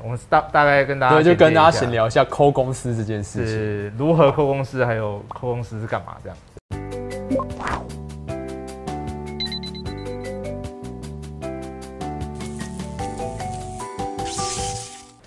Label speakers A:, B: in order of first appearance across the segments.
A: 我大大概跟大家
B: 对，就跟大家闲
A: 简介
B: 聊一下抠公司这件
A: 一下
B: 事情。
A: 是如何扣公司，还有扣公司是干嘛这样。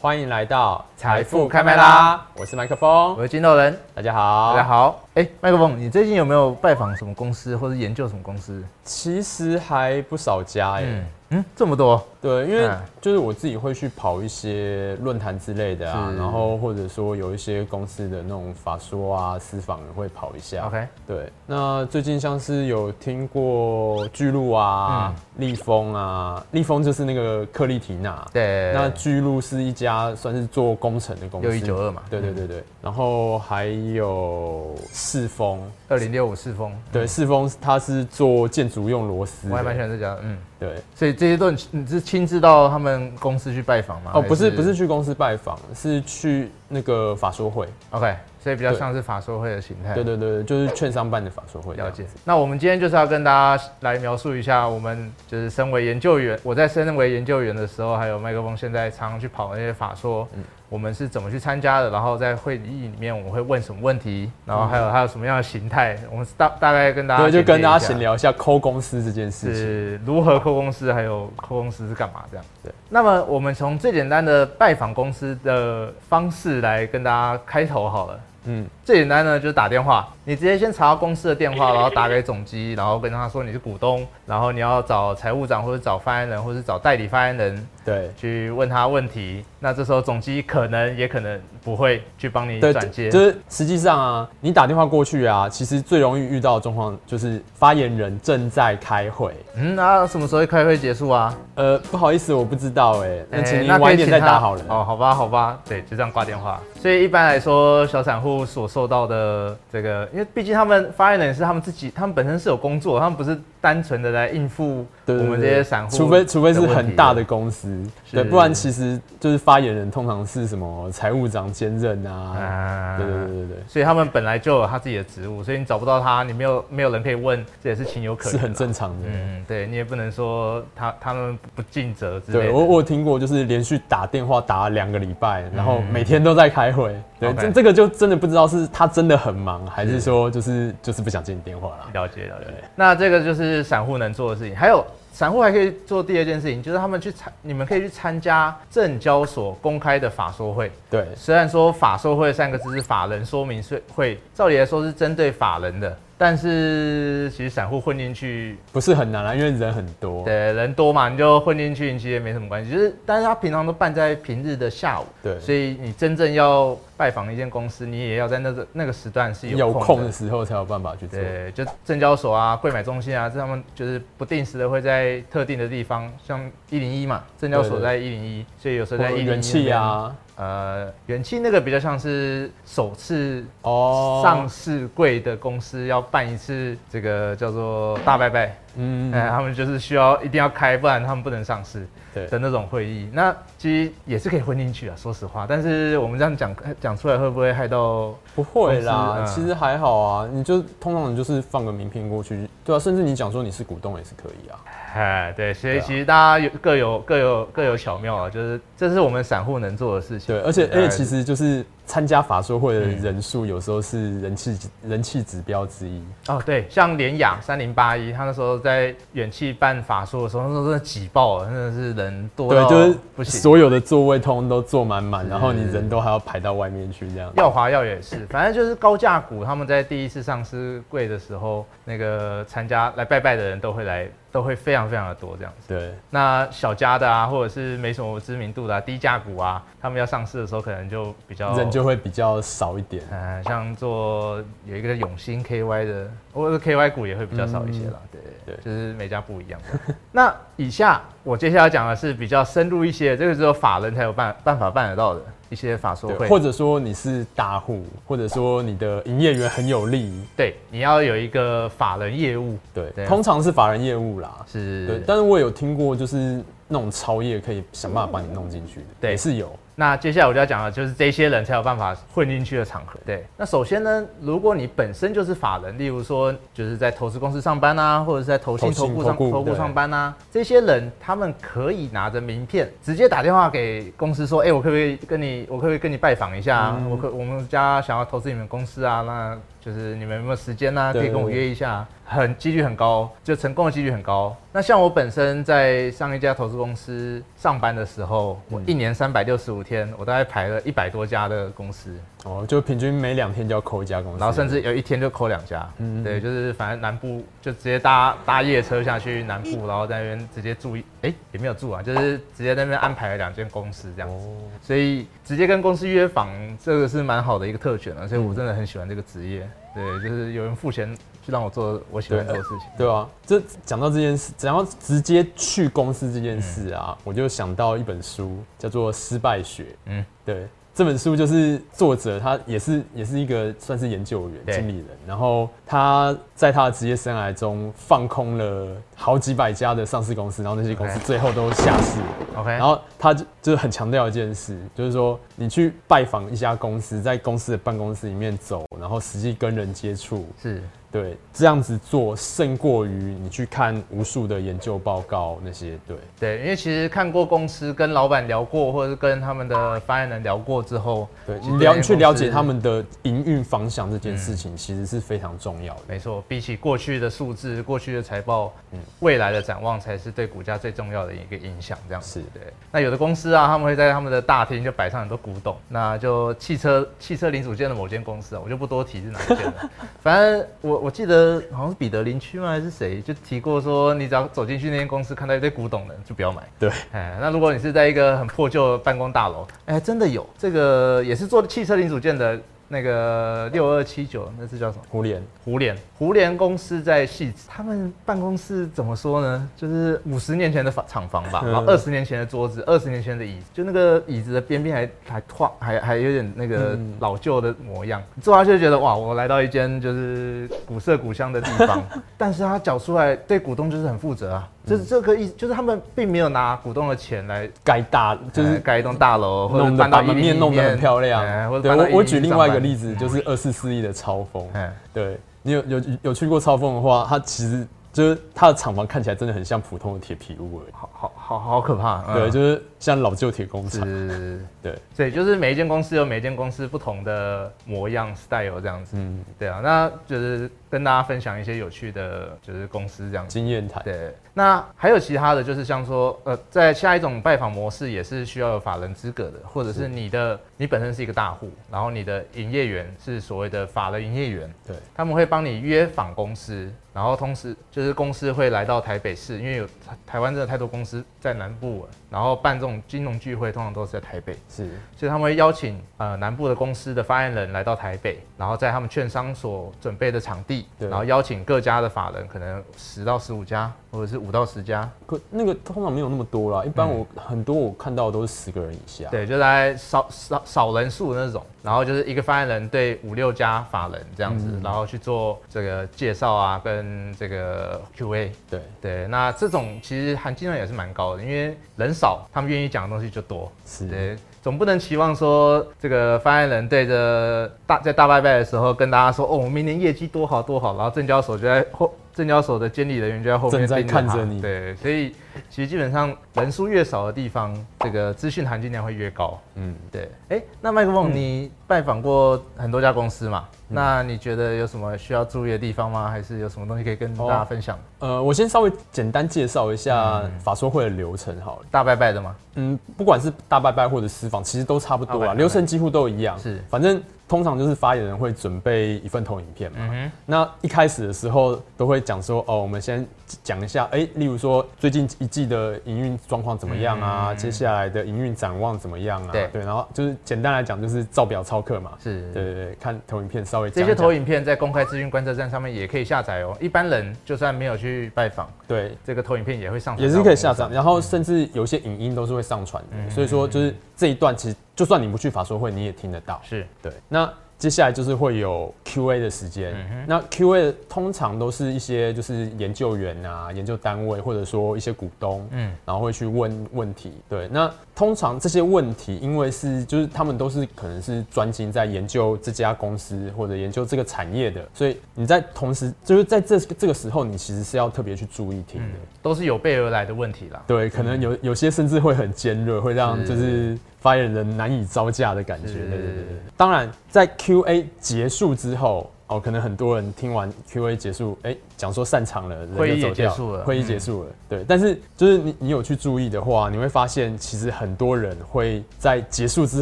B: 欢迎来到
A: 财富开麦啦，
B: 我是麦克风
A: 我，是筋肉人，
B: 大家好，
A: 大家。好。哎、麦克风，你最近有没有拜访什么公司，或是研究什么公司？
B: 其实还不少家耶，
A: 嗯嗯，这么多，
B: 对，因为
A: 嗯
B: 就是我自己会去跑一些论坛之类的啊，
A: 是
B: 然后或者说有一些公司的那种法说啊、私访也会跑一下。
A: OK
B: 对，那最近像是有听过巨鹿啊、
A: 嗯
B: 立丰啊，立丰就是那个克利缇娜。
A: 对，
B: 那巨鹿是一家算是做工程的公司，
A: 6192嘛
B: 对对对对，然后还有世丰，
A: 二零六五世风，
B: 对，世丰它是做建筑用螺丝的，
A: 嗯我还蛮喜欢这家的，嗯。
B: 对，
A: 所以这些都你你是亲自到他们公司去拜访吗？
B: 哦，不是不是
A: 去
B: 去公司拜访，是去那个法说会。
A: ，OK，所以比较像是法说会的形态。
B: 对对对，就是券商办的法说会。
A: 哎了解。。那我们今天就是要跟大家来描述一下，我们就是身为研究员，我在身为研究员的时候，还有麦克风现在常常去跑那些法说，
B: 嗯
A: 我们是怎么去参加的，然后在会议里面我们会问什么问题，然后还有还有什么样的形态，我们大大概跟大家
B: 嗯对，就
A: 简介
B: 跟大家
A: 一下
B: 闲聊一下抠公司这件事情。
A: 是如何扣公司，还有扣公司是干嘛这样。
B: 对，
A: 那么我们从最简单的拜访公司的方式来跟大家开头好了。
B: 嗯，
A: 最简单呢，就是打电话，你直接先查到公司的电话，然后打给总机，然后跟他说你是股东，然后你要找财务长或者找发言人或者找代理发言人
B: 对。
A: 去问他问题。那这时候总机可能也可能不会去帮你
B: 对，
A: 转接，
B: 就是实际上啊，你打电话过去啊，其实最容易遇到的状况就是发言人正在开会。
A: 嗯，那什么时候开会结束啊？
B: 呃，不好意思，我不知道哎、那请
A: 哎
B: 您
A: 那可以
B: 晚一点
A: 请
B: 再
A: 他
B: 打好了。
A: 哦，好吧，好吧，对，就这样挂电话。所以一般来说，小散户所受到的这个，因为毕竟他们发言人是他们自己，他们本身是有工作，他们不是单纯的来应付我
B: 对对对
A: 们这些散户的
B: 除
A: 问
B: 非
A: 题，
B: 除非是很大的公司，
A: 是
B: 对，不然其实就是发言人通常是什么财务长兼任啊，
A: 啊
B: 对对对对对，
A: 所以他们本来就有他自己的职务，所以你找不到他，你没有没有人可以问，这也是情有可
B: 是
A: 原。
B: 很正常的。
A: 嗯，对你也不能说他他们不尽责之类
B: 对
A: 的。
B: 我，我有听过，就是连续打电话打了两个礼拜，然后每天都在开会。对，
A: 嗯 OK
B: 这这个就真的不知道是他真的很忙，还是说就是就是不想接你电话啦。
A: 了解了解
B: 对。
A: 那这个就是散户能做的事情，还有散户还可以做第二件事情，就是他们去参，你们可以去参加证交所公开的法说会。
B: 对，
A: 虽然说法说会三个字是法人说明会，照理来说是针对法人的，但是其实散户混进去，
B: 不是很难啦，因为人很多。
A: 对人多嘛，你就混进去，你其实也没什么关系。就是，但是他平常都办在平日的下午，
B: 对
A: 所以你真正要拜访一间公司，你也要在那个那个时段是有
B: 有
A: 空
B: 空
A: 的
B: 的时候才有办法去做。
A: 对，就证交所啊、柜买中心啊，这他们就是不定时的会在特定的地方，像一零一嘛，证交所在一零一，所以有时候
B: 或
A: 在
B: 者
A: 一
B: 元气，啊，
A: 呃，元气那个比较像是首次
B: 哦，
A: 上市柜的公司要办一次这个叫做大拜拜，
B: 嗯，
A: 哎、他们就是需要一定要开，不然他们不能上市
B: 对
A: 的那种会议。那其实也是可以混进去啊，说实话，但是我们这样讲讲出来会不会害到？
B: 不会啦，
A: 公司嗯
B: 其实还好啊。你就通常你就是放个名片过去，对啊，甚至你讲说你是股东也是可以啊。
A: 哎，对，所以
B: 对啊
A: 其实大家有各有各有各有巧妙啊，就是这是我们散户能做的事情。
B: 对，而且
A: 大概
B: 而且其实就是参加法说会的人数有时候是人气
A: 哎
B: 人气指标之一。
A: 哦，对，像联雅三零八一，他那时候在远气办法术的时候，那时候真的挤爆了，真的是人多
B: 对
A: 到，不
B: 就是
A: 行。嗯
B: 所有的座位通通都坐满满，然后你人都还要排到外面去这样。
A: 耀华药也是，反正就是高价股，他们在第一次上市柜的时候，那个参加来拜拜的人都会来，都会非常非常的多这样子。
B: 对，
A: 那小家的啊，或者是没什么知名度的、啊、低价股啊，他们要上市的时候，可能就比较
B: 人就会比较少一点。
A: 呃，像做有一个叫永兴 KY 的，或者是 KY 股也会比较少一些啦。对
B: 嗯对
A: 就是每家不一样。 那以下我接下来讲的是比较深入一些，这个只有法人才有办办法办得到的一些法说
B: 对，
A: 会。
B: 或者说你是大户，或者说你的营业员很有力，
A: 对，你要有一个法人业务
B: 对，
A: 对啊
B: 通常是法人业务啦。
A: 是
B: 对，但是我有听过，就是那种超业可以想办法把你弄进去的，
A: 对
B: 也是有。
A: 那接下来我就要讲的就是这些人才有办法混进去的场合。对，那首先呢，如果你本身就是法人，例如说就是在投资公司上班啊，或者是在投信、
B: 投
A: 投
B: 信
A: 顾上、
B: 投顾
A: 投顾
B: 对
A: 上班啊，这些人他们可以拿着名片直接打电话给公司说，哎、我可不可以跟你，我可不可以跟你拜访一下、啊？
B: 嗯
A: 我可我们家想要投资你们公司啊，那就是你们有没有时间啊？可
B: 对
A: 以跟我
B: 对对
A: 约一下，很几率很高，就成功的几率很高。那像我本身在上一家投资公司上班的时候，我
B: 嗯
A: 一年三百六十五天，我大概排了一百多家的公司，
B: 哦，就平均每两天就要扣一家公司，
A: 然后甚至有一天就扣两家。
B: 嗯
A: 对，就是反正南部就直接搭搭夜车下去南部，然后在那边直接住一，哎、也没有住啊，就是直接在那边安排了两间公司这样子。
B: 哦，
A: 所以直接跟公司约访，这个是蛮好的一个特权啊，所以
B: 嗯
A: 我真的很喜欢这个职业。对，就是有人付钱去让我做我喜欢做的事情。
B: 对啊，这讲到这件事，讲到直接去公司这件事啊，我就想到一本书叫做《失败学》。
A: 嗯
B: 嗯，对，这本书就是作者他也是也是一个算是研究员、
A: 对
B: 经理人，然后他在他的职业生涯中放空了好几百家的上市公司，然后那些公司
A: OK
B: 最后都下市了。
A: OK，
B: 然后他就就是很强调一件事，就是说你去拜访一家公司，在公司的办公室里面走，然后实际跟人接触，
A: 是
B: 对，这样子做胜过于你去看无数的研究报告那些，对，
A: 对，因为其实看过公司跟老板聊过，或者是跟他们的发言人聊过之后，
B: 对，
A: 其实
B: 你了
A: 这间
B: 去
A: 公
B: 了
A: 司嗯
B: 解他。们的营运方向这件事情，其实是非常重要的。
A: 没错，比起过去的数字、过去的财报，嗯未来的展望才是对股价最重要的一个影响。这样子
B: 是
A: 对。那有的公司啊，他们会在他们的大厅就摆上很多古董，那就汽车汽车零组件的某间公司啊，我就不多提是哪一间了。 反正我我记得好像是彼得林区吗还是谁就提过说，你只要走进去那间公司看到一堆古董的，就不要买。
B: 对，
A: 哎，那如果你是在一个很破旧的办公大楼，哎，真的有这个也是做汽车零组件的那个六二七九，那是叫什么？
B: 胡莲，
A: 胡联，胡联公司在戏子，他们办公室怎么说呢？就是五十年前的房厂房吧，
B: 嗯
A: 然后二十年前的桌子，二十年前的椅子，就那个椅子的边边还还画，还还有点那个
B: 嗯
A: 老旧的模样。坐下去就觉得哇，我来到一间就是古色古香的地 方。但是他缴出来对股东就是很负责啊，就是
B: 嗯
A: 这个意思，就是他们并没有拿股东的钱来
B: 该大就
A: 就是
B: 是
A: 盖一栋大楼，哎或者
B: 弄的
A: 搬到
B: 把
A: 一
B: 门
A: 零一
B: 面弄得很漂
A: 哎
B: 亮
A: 或。者
B: 对
A: 搬到
B: 我我
A: 101
B: 举另外一
A: 上班
B: 个例子，就是二四四亿的超风
A: 哎。
B: 对你有有有去过超风的话，它其实就是它的厂房看起来真的很像普通的铁皮屋而已。
A: 好好好好可怕，嗯
B: 对，就是像老旧铁工厂。
A: 是。
B: 对，
A: 对，就是每一间公司有每一间公司不同的模样 style 这样子。
B: 嗯，
A: 对啊，那就是跟大家分享一些有趣的，就是公司这样子。
B: 经验谈。
A: 对，那还有其他的就是像说，呃，在下一种拜访模式也是需要有法人资格的，或者是你的你本身是一个大户，然后你的营业员是所谓的法人营业员，
B: 对，
A: 他们会帮你约访公司，然后同时就是公司会来到台北市，因为有台台湾真的太多公司在南部了，然后办这种金融聚会通常都是在台北。
B: 是
A: 所以他们会邀请呃南部的公司的发言人来到台北，然后在他们券商所准备的场地，
B: 对
A: 然后邀请各家的法人，可能十到十五家，或者是五到十家，
B: 可那个通常没有那么多啦，一般我、很多我看到的都是十个人以下。，
A: 对，就来少少少人数的那种，然后就是一个发言人对五六家法人这样子，然后去做这个介绍啊，跟这个 Q&A。
B: 对，
A: 对，那这种其实含金量也是蛮高的，因为人少，他们愿意讲的东西就多。
B: 是
A: 对，总不能期望说这个发言人对着大在大拜拜的时候跟大家说，哦，我明年业绩多好多好，然后证交所就在后，证交所的监理人员就在后面
B: 正在
A: 盯他
B: 看着你
A: 对，所以其实基本上人数越少的地方，这个资讯含金量会越高。
B: 嗯，
A: 对，哎，那麦克风，你拜访过很多家公司嘛？
B: 嗯
A: 那你觉得有什么需要注意的地方吗？还是有什么东西可以跟大家
B: 哦
A: 分享？
B: 呃，我先稍微简单介绍一下法说会的流程好了。
A: 大拜拜的吗？
B: 嗯，不管是大拜拜或者私访，其实都差不多
A: 大拜
B: 啦，
A: 拜
B: 流程几乎都一样。
A: 是
B: 反正通常就是发言人会准备一份投影片嘛。
A: 嗯哼
B: 那一开始的时候都会讲说，哦，我们先讲一下，哎、例如说最近一季的营运状况怎么样啊？接下来的营运展望怎么样啊？
A: 嗯对
B: 然后就是简单来讲，就是照表操课嘛。
A: 是
B: 对对对，看投影片稍微
A: 这
B: 讲
A: 些
B: 一
A: 投
B: 讲。
A: 影片在公开资讯观测站上面也可以下载哦。一般人就算没有去拜访，
B: 对，
A: 这个投影片也会上传，
B: 也是可以下。
A: 嗯
B: 载，然后甚至有些影音都是会上传的，所以说就是这一段其实就算你不去法说会，你也听得到。
A: 是
B: 对，那接下来就是会有 Q&A 的时间。那 Q&A 通常都是一些就是研究员啊、研究单位，或者说一些股东，嗯，然后会去问问题。对，那通常这些问题，因为是就是他们都是可能是专心在研究这家公司或者研究这个产业的，所以你在同时就是在这这个时候，你其实是要特别去注意听的。
A: 都是有备而来的问题啦。
B: 对，可能
A: 嗯
B: 有有些甚至会很尖锐，会让就是发言人难以招架的感觉。对对对对。当然，在 Q&A 结束之后，哦，可能很多人听完 Q&A 结束，哎、讲说散场了，人就
A: 会议也
B: 走掉
A: 结束了嗯
B: 会议结束了。对，但是就是你你有去注意的话，你会发现其实很多人会在结束之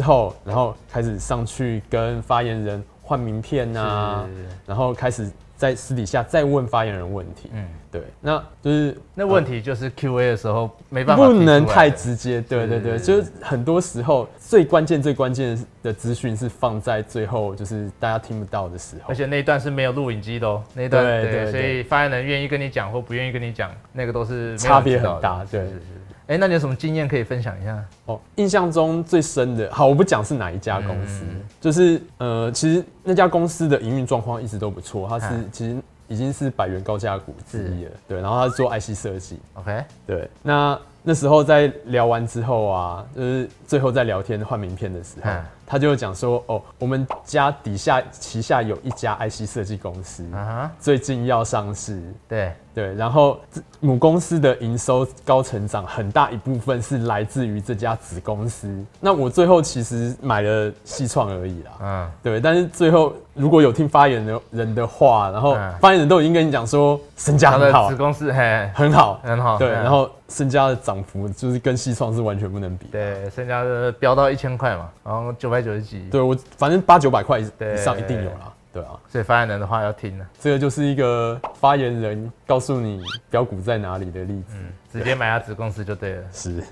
B: 后，然后开始上去跟发言人换名片啊
A: 是，
B: 然后开始在私底下再问发言人问题。嗯
A: 嗯，
B: 对，那就是
A: 那问题就是 Q&A 的时候没办法，
B: 嗯不能太。直接，对对对，就是很多时候最关键、最关键的资讯是放在最后，就是大家听不到的时候
A: 而。且那一段是没有录影机的哦，那一段
B: 对
A: 对
B: 对
A: 所以发言人愿意跟你讲或不愿意跟你讲，那个都是没有人
B: 差别
A: 知道的
B: 很大对
A: 是是是。哎、那你有什么经验可以分享一下？
B: 哦，印象中最深的，好，我不讲是哪一家公司，
A: 嗯
B: 就是呃，其实那家公司的营运状况一直都不错，它是
A: 嗯
B: 其实已经是百元高价股之一了，对，然后它是做 IC 设计，
A: OK，
B: 对，那那时候在聊完之后啊，就是最后在聊天换名片的时候，
A: 嗯
B: 他就讲说，哦，我们家底下旗下有一家 IC 设计公司，
A: 啊哈，
B: 最近要上市。
A: 对，
B: 对，然后这母公司的营收高成长，很大一部分是来自于这家子公司。那我最后其实买了西创而已啦。
A: 嗯，
B: 对，但是最后如果有听发言的人的话，然后
A: 嗯
B: 发言人都已经跟你讲说身价
A: 他
B: 很
A: 的
B: 好啊
A: 子，公司，嘿，
B: 很好，
A: 很好嗯
B: 对，然后身家的涨幅就是跟西创是完全不能比。
A: 对，身价是飙到一千块嘛，然后九百九十几，
B: 对我反正八九百块以
A: 对
B: 上一定有啦。对啊，
A: 所以发言人的话要听啊了，
B: 这个就是一个发言人告诉你标股在哪里的例子。
A: 直接买他子公司就对了。
B: 是，
A: 是，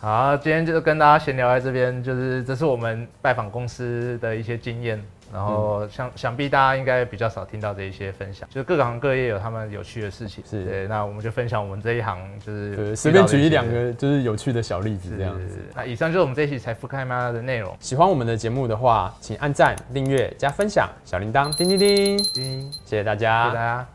A: 好，今天就跟大家闲聊在这边，就是这是我们拜访公司的一些经验，然后
B: 嗯
A: 想、想必大家应该比较少听到这一些分享，就是各个行各业有他们有趣的事情，
B: 是
A: 对，那我们就分享我们这一行就是
B: 对，随便举一
A: 遇到
B: 两
A: 的些
B: 个就是有趣的小例子这样
A: 是
B: 子。
A: 那以上就是我们这一期财富开麦的内容。
B: 喜欢我们的节目的话，请按赞、订阅、加分享，小铃铛叮叮叮，谢谢大
A: 谢
B: 家
A: 谢大。家。